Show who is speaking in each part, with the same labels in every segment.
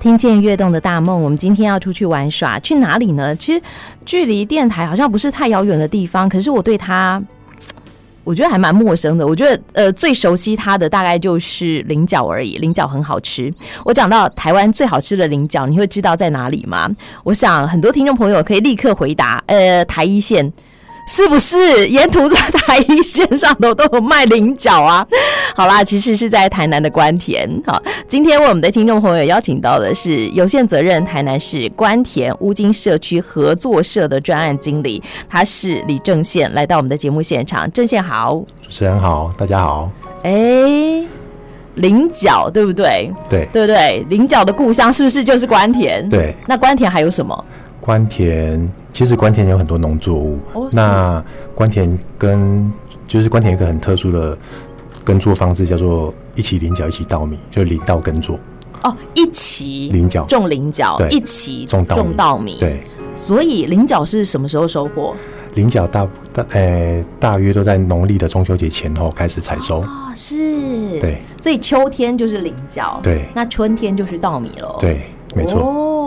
Speaker 1: 听见跃动的大梦，我们今天要出去玩耍，去哪里呢？其实距离电台好像不是太遥远的地方，可是我对它，我觉得还蛮陌生的。我觉得呃，最熟悉它的大概就是菱角而已，菱角很好吃。我讲到台湾最好吃的菱角，你会知道在哪里吗？我想很多听众朋友可以立刻回答，呃，台一线。是不是沿途在台一线上头都有卖菱角啊？好啦，其实是在台南的关田。好，今天为我们的听众朋友邀请到的是有限责任台南市关田乌金社区合作社的专案经理，他是李正宪，来到我们的节目现场。正宪好，
Speaker 2: 主持人好，大家好。
Speaker 1: 哎、菱角对不对？
Speaker 2: 对
Speaker 1: 对不对？菱角的故乡是不是就是关田？。
Speaker 2: 对，
Speaker 1: 那关田还有什么？
Speaker 2: 关田其实关田有很多农作物。
Speaker 1: 哦是
Speaker 2: 那关田跟就是关田有一个很特殊的耕作方式，叫做一起菱角一起稻米，就是菱稻耕作。
Speaker 1: 哦，一起
Speaker 2: 菱角
Speaker 1: 种菱角，
Speaker 2: 对
Speaker 1: 一起
Speaker 2: 种稻米
Speaker 1: 米。
Speaker 2: 对，
Speaker 1: 所以菱角是什么时候收获
Speaker 2: 菱角大大呃大约都在农历的中秋节前后开始采收。
Speaker 1: 啊？是，
Speaker 2: 对，
Speaker 1: 所以秋天就是菱角，
Speaker 2: 对
Speaker 1: 那春天就是稻米了，，
Speaker 2: 对，没错。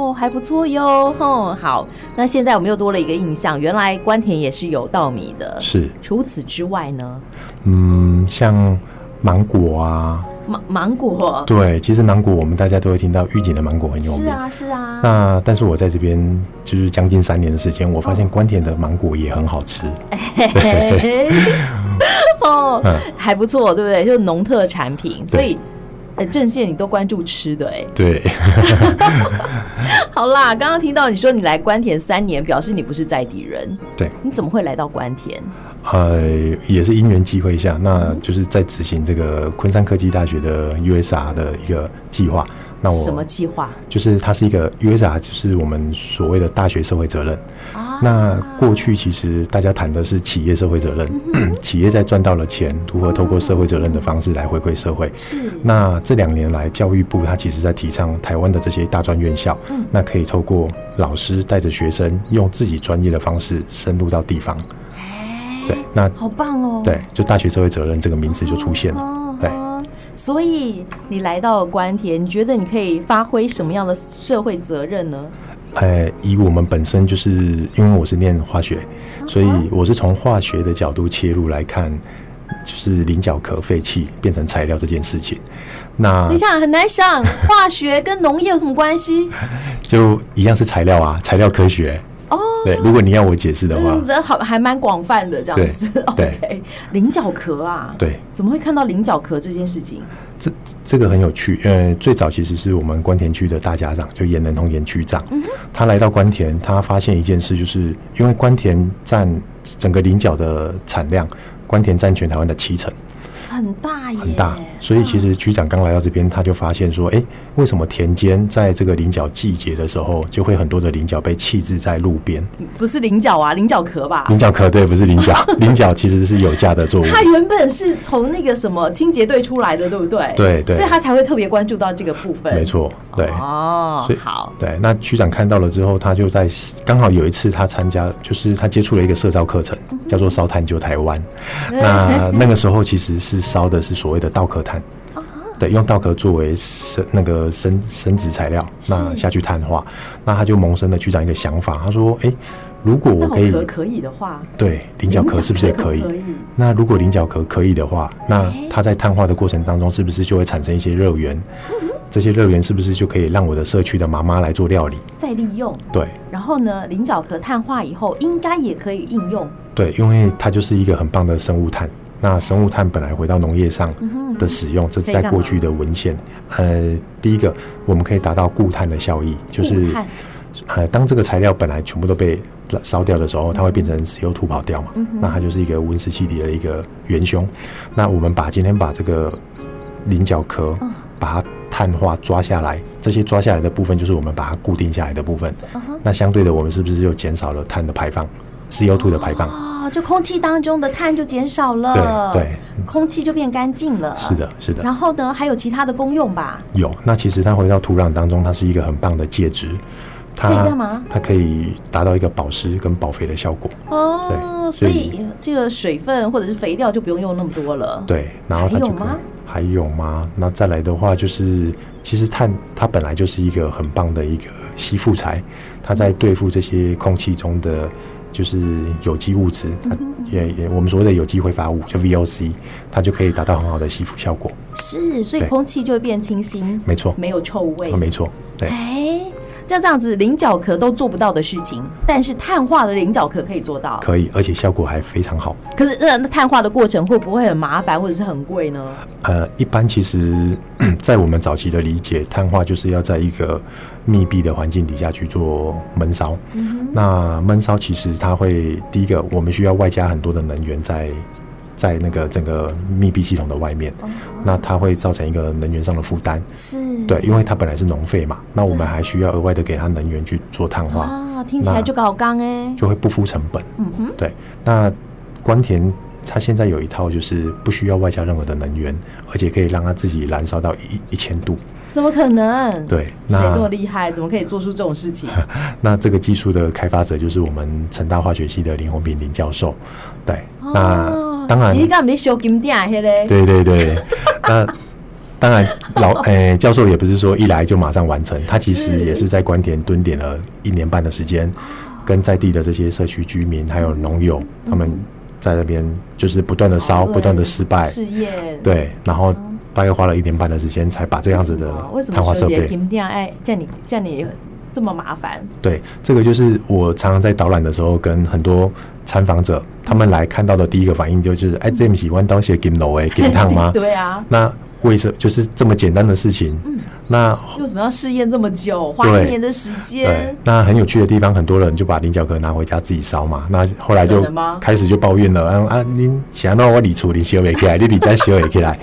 Speaker 1: 哦，还不错哟，哼，好，那现在我们又多了一个印象，原来关田也是有稻米的，。
Speaker 2: 是，
Speaker 1: 除此之外呢，
Speaker 2: 嗯，像芒果啊，
Speaker 1: 芒芒果，
Speaker 2: 对，其实芒果我们大家都会听到，预警的芒果很有名。
Speaker 1: 是啊是啊，
Speaker 2: 那但是我在这边就是将近三年的时间，我发现关田的芒果也很好吃。
Speaker 1: 哦嘿嘿嘿 哦
Speaker 2: 嗯，
Speaker 1: 还不错，对不对？就是农特产品，所以。呃，正线你都关注吃的哎、
Speaker 2: 对，
Speaker 1: 好啦，刚刚听到你说你来关田三年，表示你不是在地人，
Speaker 2: 对，
Speaker 1: 你怎么会来到关田？
Speaker 2: 呃，也是因缘际会下，那就是在执行这个昆山科技大学的 USR 的一个计划。那
Speaker 1: 什么
Speaker 2: 我
Speaker 1: 计划
Speaker 2: 就是它是一个 USR，就是我们所谓的大学社会责任。
Speaker 1: 啊？
Speaker 2: 那过去其实大家谈的是企业社会责
Speaker 1: 嗯
Speaker 2: 任，企业在赚到了钱，如何透过社会责任的方式来回馈社会。
Speaker 1: 是
Speaker 2: 那这两年来，教育部它其实在提倡台湾的这些大专院校，
Speaker 1: 嗯
Speaker 2: 那可以透过老师带着学生，用自己专业的方式深入到地方。
Speaker 1: 哎
Speaker 2: 对，那
Speaker 1: 好棒哦！
Speaker 2: 对，就大学社会责任这个名词就出现了。
Speaker 1: 哦，
Speaker 2: 对
Speaker 1: 哦所以你来到关田，你觉得你可以发挥什么样的社会责任呢？
Speaker 2: 呃，以我们本身就是因为我是念化学，
Speaker 1: 嗯
Speaker 2: 所以我是从化学的角度切入来看，就是菱角壳废弃变成材料这件事情。那
Speaker 1: 你想很难想，化学跟农业有什么关 系？
Speaker 2: 就一样是材料啊，材料科学。
Speaker 1: 哦，
Speaker 2: 对，如果你要我解释的话
Speaker 1: 嗯，，这好还蛮广泛的这样子。
Speaker 2: 啊对
Speaker 1: OK，菱角壳啊，，
Speaker 2: 对。
Speaker 1: 怎么会看到菱角壳这件事情？
Speaker 2: 这这个很有趣，呃，最早其实是我们关田区的大家长，就严仁通严区长，他来到关田，他发现一件事，就是因为关田占整个菱角的产量，关田占全台湾的七成，
Speaker 1: 很大耶，
Speaker 2: 很大，所以其实区长刚来到这边，他就发现说，哎，为什么田间在这个菱角季节的时候，就会很多的菱角被弃置在路边？
Speaker 1: 不是菱角啊，菱角壳吧？
Speaker 2: 菱角壳对，不是菱角， 菱角其实是有价的作物，
Speaker 1: 他原本是从那个什么清洁队出来的，对不对？
Speaker 2: 对对
Speaker 1: 所以他才会特别关注到这个部分。
Speaker 2: 没，错，对。
Speaker 1: 哦
Speaker 2: 所，以
Speaker 1: 好，
Speaker 2: 对，那区长看到了之后，他就在刚好有一次他参加，就是他接触了一个社招课程，
Speaker 1: 嗯
Speaker 2: 叫做“烧炭救台湾”。那那个时候其实是烧的是所谓的稻壳炭，
Speaker 1: 啊
Speaker 2: 对，用稻壳作为生那个生生殖材料，那下去碳化。那他就萌生了区长一个想法，他说：“诶，如果我
Speaker 1: 稻
Speaker 2: 可以，
Speaker 1: 壳可以的话，
Speaker 2: 对，菱角壳是不是也可以
Speaker 1: 菱角壳可以？
Speaker 2: 那如果菱角壳可以的话，那它在碳化的过程当中，是不是就会产生一些热源？
Speaker 1: 嗯
Speaker 2: 这些热源是不是就可以让我的社区的妈妈来做料理？
Speaker 1: 再利用，
Speaker 2: 对
Speaker 1: 然后呢，菱角壳碳化以后，应该也可以应用。
Speaker 2: 对，因为它就是一个很棒的生物炭。那生物炭本来回到农业上的使用，这是在过去的文献。呃，第一个，我们可以达到固碳的效益，就是
Speaker 1: 固碳
Speaker 2: 呃，当这个材料本来全部都被烧掉的时候，它会变成 CO2 跑掉嘛，那它就是一个温室气体的一个元凶。那我们把今天把这个菱角壳把它碳化抓下来，这些抓下来的部分就是我们把它固定下来的部分。
Speaker 1: 嗯
Speaker 2: 那相对的，我们是不是就减少了碳的排放，CO2 的排放？
Speaker 1: 哦，就空气当中的碳就减少了，
Speaker 2: 对对，
Speaker 1: 空气就变干净了，
Speaker 2: 是。的，是的。
Speaker 1: 然后呢，还有其他的功用吧？
Speaker 2: 有，那其实它回到土壤当中，它是一个很棒的介质，它
Speaker 1: 可以干嘛
Speaker 2: 它可以达到一个保湿跟保肥的效果。
Speaker 1: 哦，
Speaker 2: 对
Speaker 1: 所
Speaker 2: 所
Speaker 1: 以
Speaker 2: 以
Speaker 1: 呃这个水分或者是肥料就不用用那么多了。，
Speaker 2: 对，然后它
Speaker 1: 哦还有
Speaker 2: 就可以
Speaker 1: 吗
Speaker 2: 还有吗？那再来的话，就是其实碳它本来就是一个很棒的一个吸附材，它在对付这些空气中的就是有机物质，
Speaker 1: 嗯
Speaker 2: 它也也我们所谓的有机挥发物就 VOC，它就可以达到很好的吸附效果。
Speaker 1: 是，所以
Speaker 2: 对
Speaker 1: 空气就会变清新，
Speaker 2: 没错，啊
Speaker 1: 没有臭味。
Speaker 2: 没错，对。
Speaker 1: 哎，像这样子菱角壳都做不到的事情，但是碳化的菱角壳可以做到。
Speaker 2: 可以，而且效果还非常好。
Speaker 1: 可是呃那那碳化的过程会不会很麻烦或者是很贵呢？
Speaker 2: 呃，一般其实， 在我们早期的理解，碳化就是要在一个密闭的环境底下去做闷烧。
Speaker 1: 嗯
Speaker 2: 那闷烧其实它会第一个，我们需要外加很多的能源在在那个整个密闭系统的外面，
Speaker 1: 哦
Speaker 2: 那它会造成一个能源上的负担。
Speaker 1: 是，
Speaker 2: 对，因为它本来是农废嘛，那我们还需要额外的给它能源去做碳化。
Speaker 1: 嗯啊，听起来
Speaker 2: 那
Speaker 1: 就搞刚哎。
Speaker 2: 就会不敷成本。
Speaker 1: 嗯哼，
Speaker 2: 对。那关田它现在有一套就是不需要外加任何的能源，而且可以让它自己燃烧到一一千度。
Speaker 1: 怎么可能？，
Speaker 2: 对，
Speaker 1: 谁这么
Speaker 2: 那
Speaker 1: 厉害？怎么可以做出这种事情？
Speaker 2: 那这个技术的开发者就是我们成大化学系的林宏平林教授。对，
Speaker 1: 哦
Speaker 2: 那当然
Speaker 1: 只，是干你修金店迄个，
Speaker 2: 对对对，那。当然，老诶、教授也不是说一来就马上完成，他其实
Speaker 1: 是哦
Speaker 2: 也是在关田蹲点了一年半的时间，跟在地的这些社区居民还有农友，
Speaker 1: 嗯
Speaker 2: 他们在那边就是不断的
Speaker 1: 哦
Speaker 2: 烧，不断的失败，
Speaker 1: 试验，
Speaker 2: 对，然后大概花了一年半的时间才把这
Speaker 1: 为
Speaker 2: 样
Speaker 1: 什
Speaker 2: 子
Speaker 1: 么，
Speaker 2: 的
Speaker 1: 哦为什
Speaker 2: 碳
Speaker 1: 么
Speaker 2: 化
Speaker 1: 修
Speaker 2: 设
Speaker 1: 杰
Speaker 2: 备，
Speaker 1: 金店哎，叫你叫你这么麻烦？
Speaker 2: 对，这个就是我常常在导览的时候跟很多参访者他们来看到的第一个反应就是，哎，这么喜欢当些金楼哎，金烫 吗？
Speaker 1: 对嗯啊，
Speaker 2: 那为什就是这么简单的事情？那
Speaker 1: 为什么要试验这么久，花
Speaker 2: 对
Speaker 1: 一年的时
Speaker 2: 对
Speaker 1: 间？，
Speaker 2: 那很有趣的地方，很多人就把菱角壳拿回家自己烧嘛。那后来
Speaker 1: 有
Speaker 2: 就
Speaker 1: 人吗
Speaker 2: 开始就抱怨了，啊啊，您想让我理出你修也起来，你理再修也起来。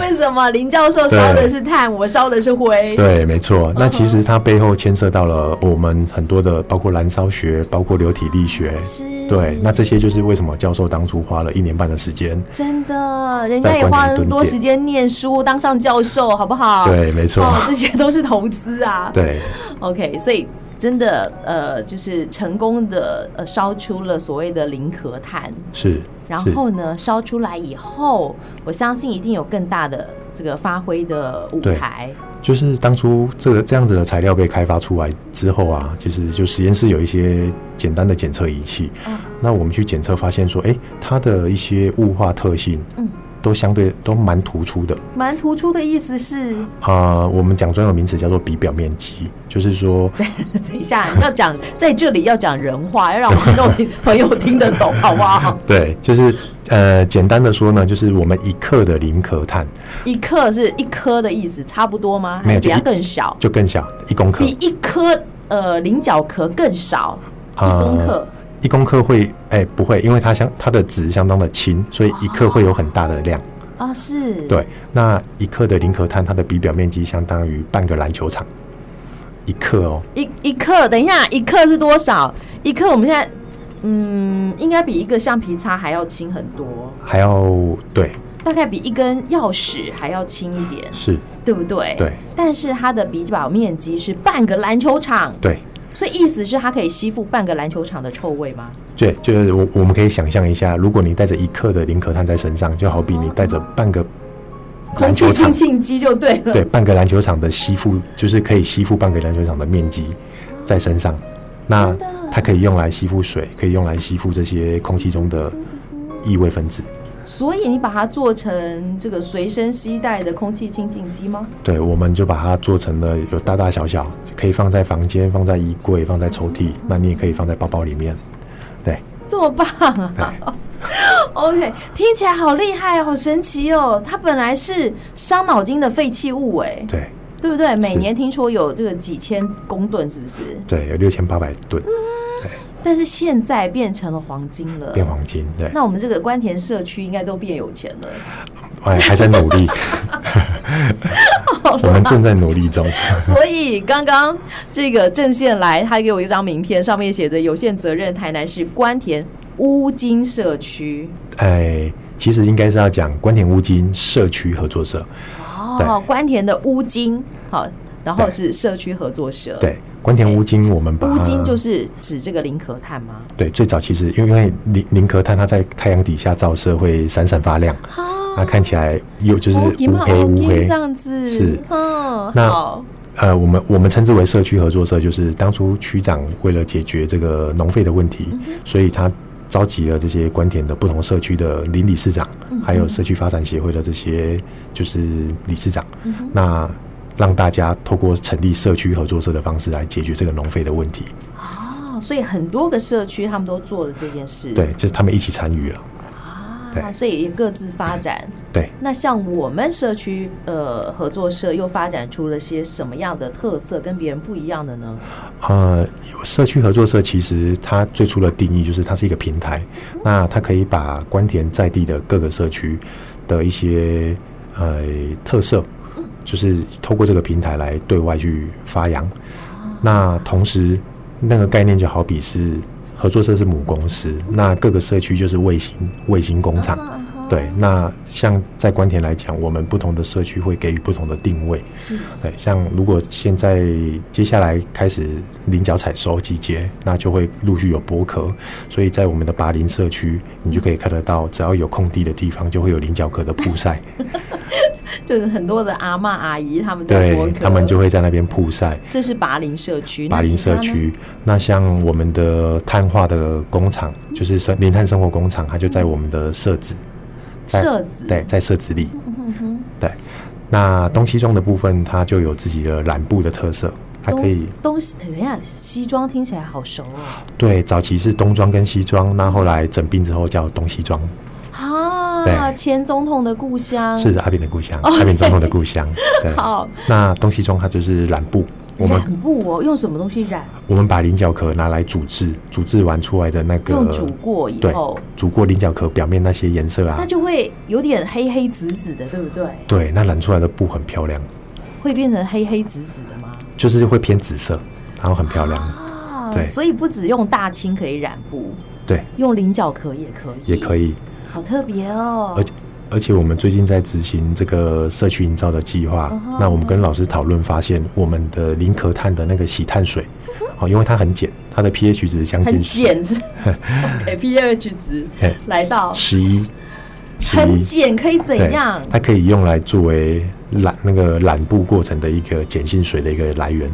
Speaker 1: 为什么林教授烧的是碳，我烧的是灰？
Speaker 2: 对，没
Speaker 1: 嗯
Speaker 2: 错。那其实它背后牵涉到了我们很多的，包括燃烧学，包括流体力学。
Speaker 1: 嗯是，
Speaker 2: 对，那这些就是为什么教授当初花了一年半的时间。
Speaker 1: 真的，人家也
Speaker 2: 在关
Speaker 1: 花
Speaker 2: 联
Speaker 1: 那么
Speaker 2: 蹲
Speaker 1: 多
Speaker 2: 点
Speaker 1: 时间念书，当上教授，好不好？
Speaker 2: 对，没错。
Speaker 1: 哦，这些都是投资啊。
Speaker 2: 对，
Speaker 1: OK，所以真的呃，就是成功的呃烧出了所谓的零壳碳，
Speaker 2: 是。
Speaker 1: 然
Speaker 2: 是
Speaker 1: 后呢烧出来以后，我相信一定有更大的这个发挥的舞
Speaker 2: 对
Speaker 1: 台。
Speaker 2: 就是当初这个这样子的材料被开发出来之后啊，其实就实验室有一些简单的检测仪器，
Speaker 1: 嗯
Speaker 2: 那我们去检测发现说，哎、它的一些雾化特性，
Speaker 1: 嗯
Speaker 2: 都相对都蛮突出的。
Speaker 1: 蛮突出的意思是，
Speaker 2: 啊、我们讲专有名词叫做比表面积，就是说
Speaker 1: 等一下要讲在这里要讲人话，要让我们听众 听朋友听得懂，好不好？
Speaker 2: 对，就是呃，简单的说呢，就是我们一克的磷壳碳
Speaker 1: 一克是一颗的意思，差不多吗？
Speaker 2: 没
Speaker 1: 还
Speaker 2: 有
Speaker 1: 是比
Speaker 2: 就
Speaker 1: 它
Speaker 2: 一
Speaker 1: 更小，
Speaker 2: 就更小，一公克
Speaker 1: 比一颗呃菱角壳更少，一
Speaker 2: 啊
Speaker 1: 公克。
Speaker 2: 一公克会哎、不会，因为它相它的值相当的轻，所以一克会有很大的量。
Speaker 1: 啊、是，
Speaker 2: 对，那一克的磷壳碳，它的比表面积相当于半个篮球场，一克哦，
Speaker 1: 一一克，等一下，一克是多少？一克我们现在，嗯，应该比一个橡皮擦还要轻很多，
Speaker 2: 还要对
Speaker 1: 大概比一根钥匙还要轻一点，
Speaker 2: 是，
Speaker 1: 对不对？
Speaker 2: 对。
Speaker 1: 但是它的比表面积是半个篮球场，
Speaker 2: 对。
Speaker 1: 所以意思是它可以吸附半个篮球场的臭味吗？
Speaker 2: 对，就是我我们可以想象一下，如果你带着一克的磷壳碳在身上，就好比你带着半个
Speaker 1: 空
Speaker 2: 篮
Speaker 1: 气
Speaker 2: 球场
Speaker 1: 清，净机就对 了。
Speaker 2: 对，半个篮球场的吸附，就是可以吸附半个篮球场的面积在身上。那
Speaker 1: 真的
Speaker 2: 它可以用来吸附水，可以用来吸附这些空气中的异味分子。
Speaker 1: 所以你把它做成这个随身携带的空气清净机吗？
Speaker 2: 对，我们就把它做成了有大大小小，可以放在房间、放在衣柜、放在抽屉，那你也可以放在包包里面。对，哎
Speaker 1: 这么棒啊！
Speaker 2: 对，
Speaker 1: OK，听起来好厉害，好神奇哦！它本来是伤脑筋的废弃物，哎，
Speaker 2: 对，
Speaker 1: 对不对？每年听说有这个几千公吨，是不是？
Speaker 2: 对，有六千八百吨
Speaker 1: 但是现在变成了黄金了。
Speaker 2: 变黄金， 对，
Speaker 1: 那我们这个关田社区应该都变有钱了。
Speaker 2: 哎，还在努 力， 我们正在努力中。
Speaker 1: 所以刚刚这个郑宪来，他给我一张名片，上面写着有限责任台南市关田乌金社区。
Speaker 2: 哎，其实应该是要讲关田乌金社区合作社，
Speaker 1: 哦
Speaker 2: 对，
Speaker 1: 关田的乌金，好，然后
Speaker 2: 对
Speaker 1: 是社区合作社。，
Speaker 2: 对，啊关田乌金，我们把
Speaker 1: 乌
Speaker 2: 它
Speaker 1: 金就是指这个林可炭吗？
Speaker 2: 对，最早其实因为因为林林壳炭它在太阳底下照射会闪闪发亮，那看起来有就是
Speaker 1: 啊哦
Speaker 2: 乌黑乌黑
Speaker 1: 这。样子，
Speaker 2: 是
Speaker 1: 嗯，
Speaker 2: 那
Speaker 1: 好，
Speaker 2: 呃，我们我们称之为社区合作社，就是当初区长为了解决这个农废的问题，所以他召集了这些关田的不同社区的林理事长，还有社区发展协会的这些就是理事长，那让大家透过成立社区合作社的方式来解决这个农废的问题。
Speaker 1: 哦，所以很多个社区他们都做了这件事，
Speaker 2: 对，就是他们一起参与了。
Speaker 1: 啊，
Speaker 2: 对
Speaker 1: 所以也各自发展。
Speaker 2: 对，
Speaker 1: 那像我们社区呃合作社又发展出了些什么样的特色，跟别人不一样的呢？
Speaker 2: 呃，有社区合作社其实它最初的定义就是它是一个平台，那它可以把关田在地的各个社区的一些呃特色，就是透过这个平台来对外去发扬。那同时，那个概念就好比是合作社是母公司，那各个社区就是卫星卫星工厂。
Speaker 1: 啊哈
Speaker 2: 对，那像在关田来讲，我们不同的社区会给予不同的定位。
Speaker 1: 是
Speaker 2: 对，像如果现在接下来开始菱角采收季节，那就会陆续有剥壳，所以在我们的拔林社区，你就可以看得到，只要有空地的地方，就会有菱角壳的曝晒，
Speaker 1: 嗯就是很多的阿嬷阿姨他们在播
Speaker 2: 对
Speaker 1: 客
Speaker 2: 他们就会在那边曝晒。
Speaker 1: 这是拔林社区，那
Speaker 2: 拔林
Speaker 1: 其他
Speaker 2: 社
Speaker 1: 呢
Speaker 2: 区，那像我们的碳化的工厂，就是生林碳生活工厂，它就在我们的社子，在
Speaker 1: 社子
Speaker 2: 对，在社子里，
Speaker 1: 嗯哼
Speaker 2: 对。那东西装的部分，它就有自己的染布的特色，它可
Speaker 1: 东
Speaker 2: 以
Speaker 1: 西东西，哎等一下西装听起来好熟哦，
Speaker 2: 对，早期是冬装跟西装，那后来整并之后叫东西装，
Speaker 1: 啊，
Speaker 2: 对
Speaker 1: 前总统的故乡
Speaker 2: 是阿扁的故乡，阿扁总统的故乡。
Speaker 1: 嗯
Speaker 2: 对，
Speaker 1: 哦好
Speaker 2: 那东西装它就是染布，我 们
Speaker 1: 染布哦，用什么东西染？
Speaker 2: 我们把菱角壳拿来煮制，煮制完出来的那个
Speaker 1: 用煮过以
Speaker 2: 呃对
Speaker 1: 后，
Speaker 2: 煮过菱角壳表面那些颜色啊
Speaker 1: 那，就会有点黑黑紫紫的，对不对？
Speaker 2: 对，那染出来的布很漂亮，
Speaker 1: 会变成黑黑紫紫的吗？
Speaker 2: 就是会偏紫色，然后很漂亮，
Speaker 1: 啊，
Speaker 2: 对
Speaker 1: 所以不只用大青可以染布，
Speaker 2: 对，
Speaker 1: 用菱角壳也可以，
Speaker 2: 也可
Speaker 1: 以，
Speaker 2: 以，
Speaker 1: 好特别哦。
Speaker 2: 而且。而且我们最近在执行这个社区营造的计划
Speaker 1: 嗯哼
Speaker 2: 那我们跟老师讨论发现，我们的零壳碳的那个洗 碳水，哦，因为它很碱，它的 pH 值将
Speaker 1: 很
Speaker 2: 近十
Speaker 1: 碱是哦，OK，pH 值
Speaker 2: 嘿
Speaker 1: 来到
Speaker 2: 十一，十
Speaker 1: 很
Speaker 2: 一，
Speaker 1: 碱，可以怎
Speaker 2: 对
Speaker 1: 样，？
Speaker 2: 它可以用来作为染那个染布过程的一个碱性水的一个来源，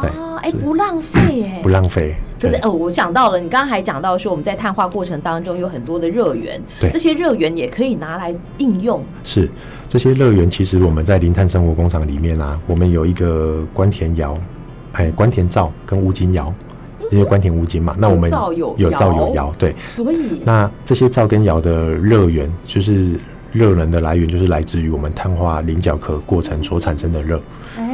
Speaker 2: 对
Speaker 1: 啊，哎，
Speaker 2: 是
Speaker 1: 不浪费哎
Speaker 2: 不。浪费。
Speaker 1: 可是
Speaker 2: 对
Speaker 1: 哦，我想到了，你刚刚还讲到说我们在碳化过程当中有很多的热源，
Speaker 2: 对
Speaker 1: 这些热源也可以拿来应用。
Speaker 2: 是这些乐园，其实我们在零碳生活工厂里面啊，我们有一个关田窑，哎，关田灶跟乌金窑，因为关田乌金嘛，那我们
Speaker 1: 有灶有
Speaker 2: 有灶
Speaker 1: 窑
Speaker 2: 有窑，对，
Speaker 1: 所以
Speaker 2: 那这些皂跟窑的热源，就是热能的来源，就是来自于我们碳化菱角壳过程所产生的热。
Speaker 1: 哎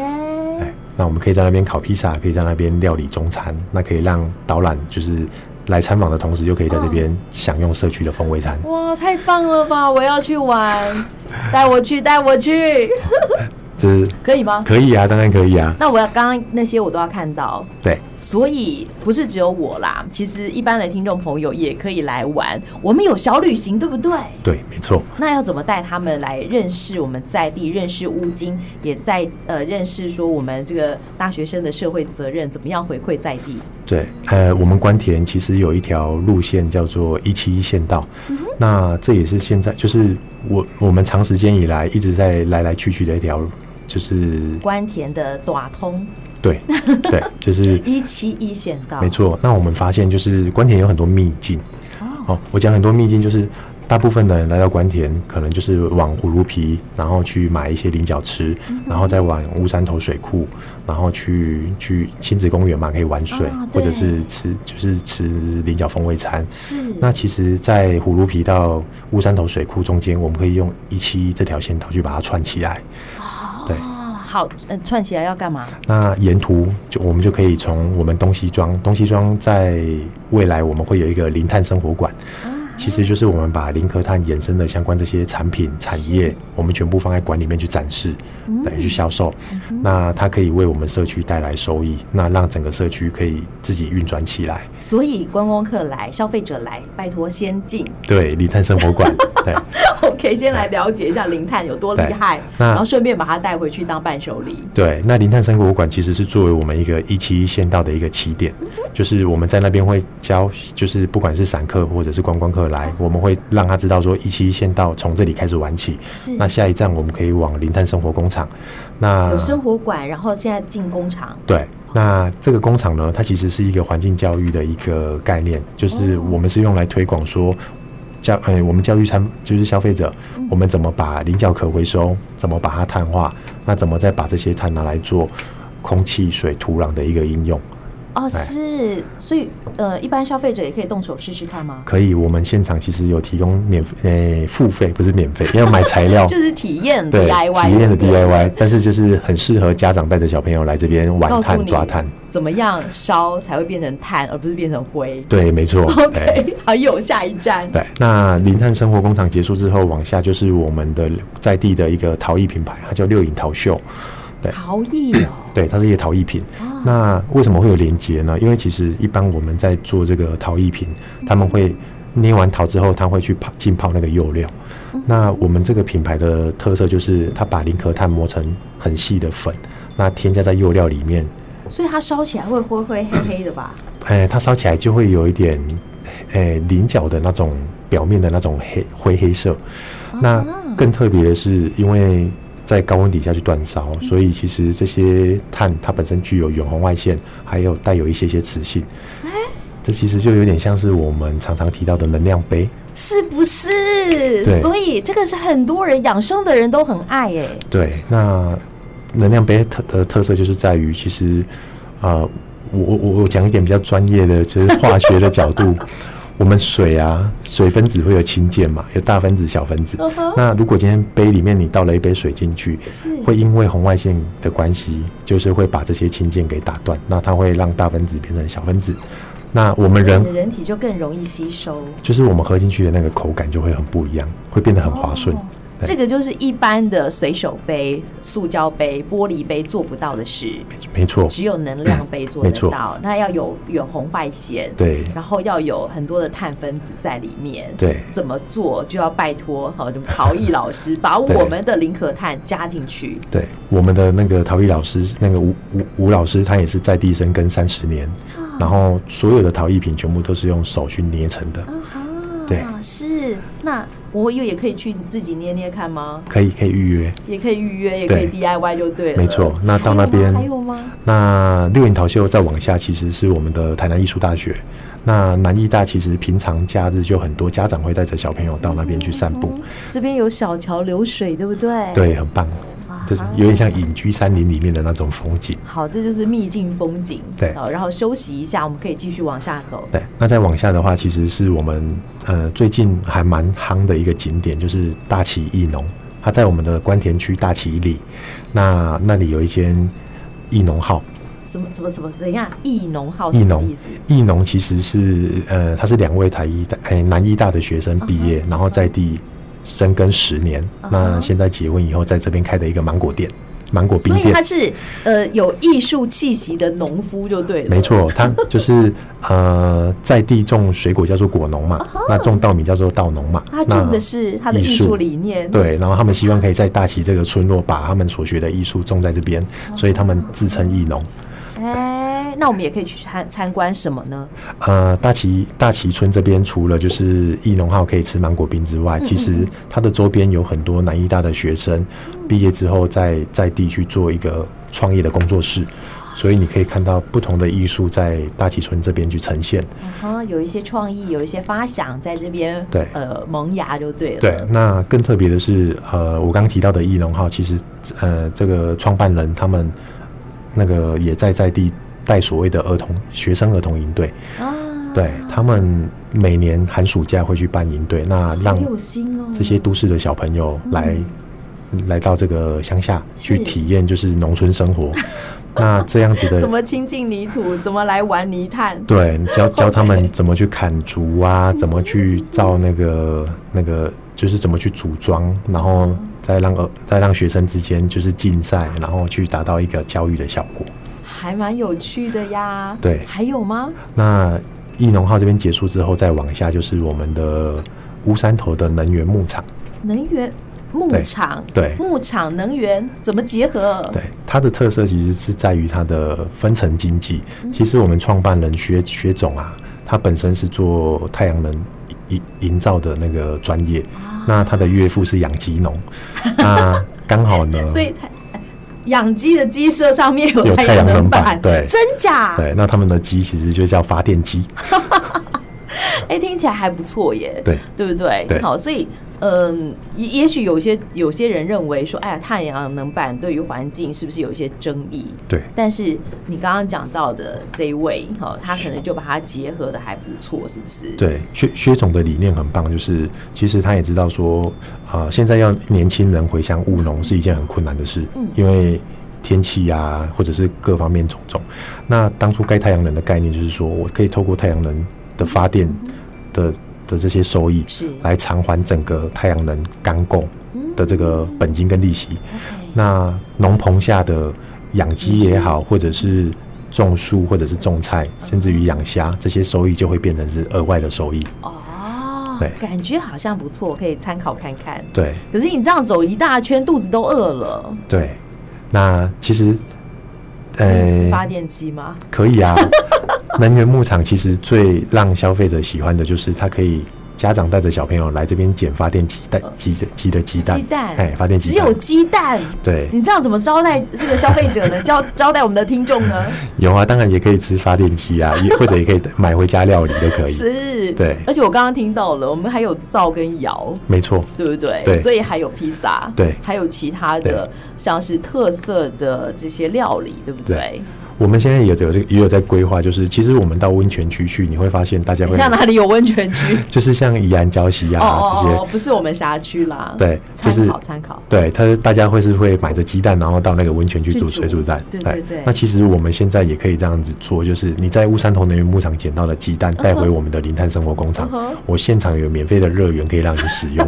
Speaker 2: 哎，，那我们可以在那边烤披萨，可以在那边料理中餐，那可以让导览就是来参访的同时，又可以在这边享用社区的风味餐。
Speaker 1: 哇，太棒了吧！我要去 玩，带我去，带我去，
Speaker 2: 这是
Speaker 1: 可以吗？
Speaker 2: 可以啊，当然可以啊。
Speaker 1: 那我要刚刚那些我都要看到，
Speaker 2: 对，
Speaker 1: 所以不是只有我啦，其实一般的听众朋友也可以来玩。我们有小旅行，对不对？
Speaker 2: 对，没错。
Speaker 1: 那要怎么带他们来认识我们在地，认识乌金，也在呃认识说我们这个大学生的社会责任，怎么样回馈在地？
Speaker 2: 对，呃，我们关田其实有一条路线叫做一七一县道，那这也是现在就是我我们长时间以来一直在来来去去的一条，就是
Speaker 1: 关田的短通
Speaker 2: 对对， 就是
Speaker 1: 一期一线道，
Speaker 2: 没错。那我们发现就是关田有很多秘境，哦，我讲很多秘境就是。大部分的人来到关田，可能就是往葫芦皮，然后去买一些菱角吃，
Speaker 1: 嗯
Speaker 2: 然后再往乌山头水库，然后去去亲子公园嘛，可以玩水，
Speaker 1: 啊
Speaker 2: 或者
Speaker 1: 对
Speaker 2: 是吃就是吃菱角风味餐。
Speaker 1: 是
Speaker 2: 那其实，在葫芦皮到乌山头水库中间，我们可以用一期这条线道去把它串起来。对
Speaker 1: 啊，好，呃，串起来要干嘛？
Speaker 2: 那沿途就我们就可以从我们东西庄，东西庄在未来我们会有一个零碳生活馆，
Speaker 1: 啊
Speaker 2: 其实就是我们把零壳碳衍生的相关这些产品产业，我们全部放在馆里面去展示，
Speaker 1: 嗯
Speaker 2: 等于去销售。那它可以为我们社区带来收益，那让整个社区可以自己运转起来。
Speaker 1: 所以观光客来，消费者来，拜托先进。
Speaker 2: 对，零碳生活馆，对
Speaker 1: OK，先来了解一下零碳有多厉害
Speaker 2: 对，那
Speaker 1: 然后顺便把它带回去当伴手礼。
Speaker 2: 对。那零碳生活馆其实是作为我们一个一期一县道的一个起点，
Speaker 1: 嗯
Speaker 2: 就是我们在那边会教，就是不管是散客或者是观光客
Speaker 1: 嗯
Speaker 2: 来，我们会让他知道说一期一县道从这里开始玩起。
Speaker 1: 是
Speaker 2: 那啊下一站我们可以往零碳生活工厂，那
Speaker 1: 有生活馆，然后现在进工厂，
Speaker 2: 对，那这个工厂呢，它其实是一个环境教育的一个概念，就是我们是用来推广说。教呃，我们教育参就是消费者，
Speaker 1: 嗯
Speaker 2: 我们怎么把菱角可回收，怎么把它碳化，那怎么再把这些碳拿来做空气、水、土壤的一个应用？
Speaker 1: 哦，
Speaker 2: 对
Speaker 1: 是，所以呃，一般消费者也可以动手试试看吗？，
Speaker 2: 可以，我们现场其实有提供免呃、付费，不是免费，要买材 料
Speaker 1: 就是体验
Speaker 2: 对
Speaker 1: DIY，
Speaker 2: 体验的
Speaker 1: 对不对
Speaker 2: DIY，但是就是很适合家长带着小朋友来这边玩
Speaker 1: 告诉
Speaker 2: 碳、
Speaker 1: 你
Speaker 2: 抓碳。
Speaker 1: 怎么样烧才会变成碳，而不是变成灰。
Speaker 2: 对，没错。对
Speaker 1: OK，还有下一站，
Speaker 2: 对，那林碳生活工厂结束之后，往下就是我们的在地的一个陶艺品牌，它叫六影陶秀。
Speaker 1: 陶艺哦，
Speaker 2: 对，它是一个陶艺品。那为什么会有连接呢？因为其实一般我们在做这个陶艺品，他们会捏完陶之后，他会去泡浸泡那个釉料。那我们这个品牌的特色就是，它把零壳炭磨成很细的粉，那添加在釉料里面，
Speaker 1: 所以它烧起来会灰灰黑黑的吧？
Speaker 2: 哎、它烧起来就会有一点，哎、菱角的那种表面的那种黑灰黑色。那更特别的是，因为在高温底下去煅烧，所以其实这些碳它本身具有远红外线，还有带有一些些磁性。这其实就有点像是我们常常提到的能量杯。
Speaker 1: 是不是？
Speaker 2: 对
Speaker 1: 所以这个是很多人养生的人都很爱哎、
Speaker 2: 对，那能量杯特的特色就是在于，其实啊、呃我我我讲一点比较专业的，就是化学的角 度。我们水啊，水分子会有氢键嘛，有大分子、小分
Speaker 1: 嗯
Speaker 2: 子。那如果今天杯里面你倒了一杯水进去
Speaker 1: 是，
Speaker 2: 会因为红外线的关系，就是会把这些氢键给打断，那它会让大分子变成小分子。那我们人
Speaker 1: 你的人体就更容易吸收。
Speaker 2: 就是我们喝进去的那个口感就会很不一样，会变得很滑顺。
Speaker 1: 哦
Speaker 2: 对
Speaker 1: 这个就是一般的随手杯、塑胶杯、玻璃杯做不到的事，
Speaker 2: 没错，
Speaker 1: 只有能量杯做得
Speaker 2: 没错
Speaker 1: 到。那要有远红外线，
Speaker 2: 对
Speaker 1: 然后要有很多的碳分子在里面，
Speaker 2: 对
Speaker 1: 怎么做就要拜托好，就陶艺老师把我们的零可碳加进去。
Speaker 2: 对，我们的那个陶艺老师，那个吴吴吴老师，他也是在地生根三十年，然后所有的陶艺品全部都是用手去捏成的，对
Speaker 1: 啊，是。那我又也可以去自己捏捏看吗？
Speaker 2: 可以可以预约，
Speaker 1: 也可以预约，也可以
Speaker 2: 对
Speaker 1: DIY 就对了。
Speaker 2: 没错。那到那边
Speaker 1: 还有吗？还有吗
Speaker 2: 那六影陶秀再往下，其实是我们的台南艺术大学。那南艺大其实平常假日就很多家长会带着小朋友到那边去散步，
Speaker 1: 这边有小桥流水，对不对？。
Speaker 2: 对，很棒
Speaker 1: 啊，
Speaker 2: 就是有点像隐居山林里面的那种风景。
Speaker 1: 好，这就是秘境风景。
Speaker 2: 对
Speaker 1: 好，然后休息一下，我们可以继续往下走。
Speaker 2: 对，那再往下的话，其实是我们呃最近还蛮夯的一个景点，就是大崎艺农，它在我们的关田区大崎里，那那里有一间艺农号，
Speaker 1: 什么什么什么？等一下，艺农号
Speaker 2: 艺
Speaker 1: 是什么
Speaker 2: 农
Speaker 1: 意思？
Speaker 2: 艺农其实是呃，他是两位台医大哎、南医大的学
Speaker 1: 嗯
Speaker 2: 生毕业，然后在地生根十年，那现在结婚以后在这边开的一个芒果店，芒果冰
Speaker 1: 所以
Speaker 2: 店
Speaker 1: 它。是呃有艺术气息的农夫就对了。
Speaker 2: 没。错，他就是呃，在地种水果叫做果农嘛，那种稻米叫做稻农嘛。
Speaker 1: 他
Speaker 2: 那
Speaker 1: 哦种的是他的艺术理念。。
Speaker 2: 对，然后他们希望可以在大崎这个村落把他们所学的艺术种在这边，所以他们自称艺农。
Speaker 1: 哎，那我们也可以去参参观什么呢？
Speaker 2: 呃，大崎大崎村这边除了就是艺农号可以吃芒果冰之外，其实它的周边有很多南医大的学生毕业之后在在地去做一个创业的工作室，所以你可以看到不同的艺术在大崎村这边去呈现。
Speaker 1: 啊哈，有一些创意，有一些发想在这边，
Speaker 2: 对
Speaker 1: 呃，萌芽就对了。
Speaker 2: 对，那更特别的是，呃，我刚提到的艺农号，其实呃，这个创办人他们那个也在在地带所谓的儿童学生儿童营队，
Speaker 1: 啊，
Speaker 2: 对他们每年寒暑假会去办营队，那让
Speaker 1: 好有心哦。
Speaker 2: 这些都市的小朋友来来到这个乡下
Speaker 1: 嗯
Speaker 2: 去
Speaker 1: 是
Speaker 2: 体验，就是农村生活。那这样子 的
Speaker 1: 怎么亲近泥土，怎么来玩泥炭，
Speaker 2: 对，教教他们怎么去砍竹啊，怎么去造那个那个，就是怎么去组装，然后再让呃再让学生之间就是竞赛，然后去达到一个教育的效果。
Speaker 1: 还蛮有趣的呀。
Speaker 2: 对
Speaker 1: 还有吗？
Speaker 2: 那艺农号这边结束之后，再往下就是我们的乌山头的能源牧场。
Speaker 1: 能源牧
Speaker 2: 对
Speaker 1: 场，
Speaker 2: 对
Speaker 1: 牧场能源怎么结合？
Speaker 2: 对，它的特色其实是在于它的分层经济。
Speaker 1: 嗯
Speaker 2: 其实我们创办人薛薛总啊，他本身是做太阳能营营造的那个专业，
Speaker 1: 啊
Speaker 2: 那他的岳父是养鸡农，那刚好呢，
Speaker 1: 所以它哎养鸡的鸡舍上面有
Speaker 2: 嗯有
Speaker 1: 太
Speaker 2: 太阳
Speaker 1: 能
Speaker 2: 能板对
Speaker 1: 真假？
Speaker 2: 对，那他们的鸡其实就叫发电机，
Speaker 1: 哎、听起来还不错耶，
Speaker 2: 对
Speaker 1: 对不对？
Speaker 2: 对
Speaker 1: 好，所以嗯，也也许有些有些人认为说，哎呀，太阳能板对于环境是不是有一些争议？
Speaker 2: 对
Speaker 1: 但是你刚刚讲到的这一位，哈、他可能就把它结合的还不错，是不是？，
Speaker 2: 对，薛薛总的理念很棒，就是其实他也知道说，啊、现在要年轻人回乡务农是一件很困难的事，
Speaker 1: 嗯
Speaker 2: 因为天气啊，或者是各方面种种。那当初盖太阳能的概念就是说，我可以透过太阳能的发电的的这些收益，
Speaker 1: 是
Speaker 2: 来偿还整个太阳能钢构
Speaker 1: 嗯
Speaker 2: 的这个本金跟利息。那农棚下的养鸡也好，或者是种树，或者是种菜，甚至于养虾，这些收益就会变成是额外的收益。
Speaker 1: 哦
Speaker 2: 对，
Speaker 1: 感觉好像不错，可以参考看看。
Speaker 2: 对
Speaker 1: 可是你这样走一大圈，肚子都饿了，
Speaker 2: 对，那其实，
Speaker 1: 可
Speaker 2: 呃
Speaker 1: 以吃发电机吗？
Speaker 2: 可以 啊。能源牧场其实最让消费者喜欢的就是它可以。家长带着小朋友来这边捡发电鸡蛋，鸡的鸡的鸡蛋，
Speaker 1: 呃鸡蛋，
Speaker 2: 哎，发电
Speaker 1: 只
Speaker 2: 鸡蛋
Speaker 1: 有鸡蛋，
Speaker 2: 对，
Speaker 1: 你这样怎么招待这个消费者 呢？招招待我们的听众呢？
Speaker 2: 有啊，当然也可以吃发电机啊，也或者也可以买回家料理都可 以。
Speaker 1: 是，
Speaker 2: 对
Speaker 1: 而且我刚刚听到了，我们还有灶跟窑，
Speaker 2: 没错，
Speaker 1: 对不对？
Speaker 2: 对
Speaker 1: 所以还有披萨，
Speaker 2: 对
Speaker 1: 还有其他的
Speaker 2: 对
Speaker 1: 像是特色的这些料理，对不对
Speaker 2: 对？我们现在也有也有在规划，就是其实我们到温泉区去，你会发现大家
Speaker 1: 等一
Speaker 2: 会
Speaker 1: 下哪里有温泉 区？
Speaker 2: 就是像宜安礁溪
Speaker 1: 哦
Speaker 2: 啊
Speaker 1: 哦
Speaker 2: 这
Speaker 1: 哦
Speaker 2: 些，，
Speaker 1: 不是我们辖区啦，
Speaker 2: 对就
Speaker 1: 参
Speaker 2: 是
Speaker 1: 考参考。
Speaker 2: 对，他大家会是会买着鸡蛋，然后到那个温泉去
Speaker 1: 去
Speaker 2: 煮
Speaker 1: 煮
Speaker 2: 水煮蛋。
Speaker 1: 对对对
Speaker 2: 那其实我们现在也可以这样子做，就是你在乌山头能源牧场捡到的鸡蛋，带回我们的林碳生活工厂
Speaker 1: 嗯哼
Speaker 2: 我现场有免费的热源可以让你使 用。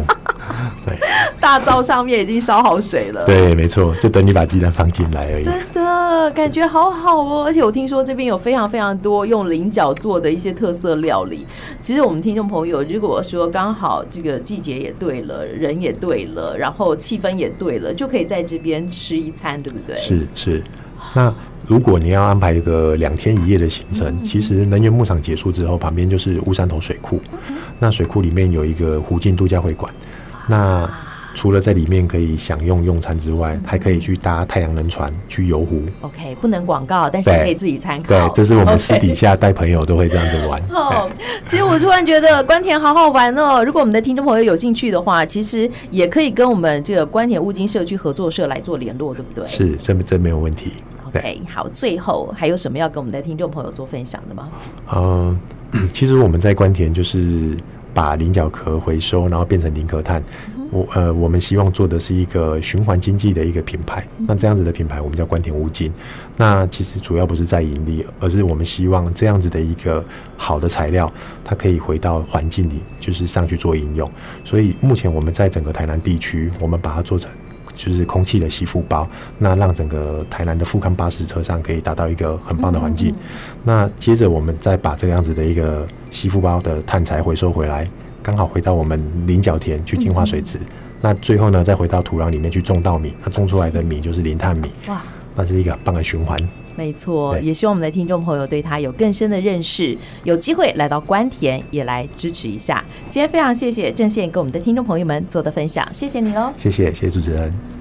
Speaker 2: 对
Speaker 1: 大灶上面已经烧好水了。
Speaker 2: 对，没错，就等你把鸡蛋放进来而已。
Speaker 1: 真的感觉好好哦，而且我听说这边有非常非常多用菱角做的一些特色料理。其实我们听众朋友，如果说刚好这个季节也对了，人也对了，然后气氛也对了，就可以在这边吃一餐，对不对？，
Speaker 2: 是是，那如果你要安排一个两天一夜的行程，
Speaker 1: 嗯
Speaker 2: 其实能源牧场结束之后，旁边就是乌山头水库，
Speaker 1: 嗯
Speaker 2: 那水库里面有一个湖境度假会馆，那。
Speaker 1: 啊
Speaker 2: 除了在里面可以享用用餐之
Speaker 1: 嗯
Speaker 2: 外，还可以去搭太阳能船去游湖。
Speaker 1: OK，不能广告，但是
Speaker 2: 对
Speaker 1: 可以自己参考。
Speaker 2: 对，这是我们私
Speaker 1: OK
Speaker 2: 底下带朋友都会这样子玩。
Speaker 1: 哦，其实我突然觉得关田好好玩哦。如果我们的听众朋友有兴趣的话，其实也可以跟我们这个关田乌金社区合作社来做联络，对不对？
Speaker 2: 是，这这没有问题。对。
Speaker 1: OK，好，最后还有什么要跟我们的听众朋友做分享的吗？
Speaker 2: 嗯，其实我们在关田就是把菱角壳回收，然后变成零壳炭。我呃，我们希望做的是一个循环经济的一个品牌。那这样子的品牌，我们叫关田乌金。那其实主要不是在盈利，而是我们希望这样子的一个好的材料，它可以回到环境里，就是上去做应用。所以目前我们在整个台南地区，我们把它做成。就是空气的吸附包，那让整个台南的富康巴士车上可以达到一个很棒的环境。那接着我们再把这样子的一个吸附包的碳材回收回来，刚好回到我们菱角田去净化水质。那最后呢，再回到土壤里面去种稻米，那种出来的米就是零碳米，
Speaker 1: 哇，
Speaker 2: 那是一个很棒的循环。
Speaker 1: 没错，
Speaker 2: 对
Speaker 1: 也希望我们的听众朋友对他有更深的认识，有机会来到关田也来支持一下。今天非常谢谢郑宪跟我们的听众朋友们做的分享，谢谢你喽。
Speaker 2: 谢谢，谢谢主持人。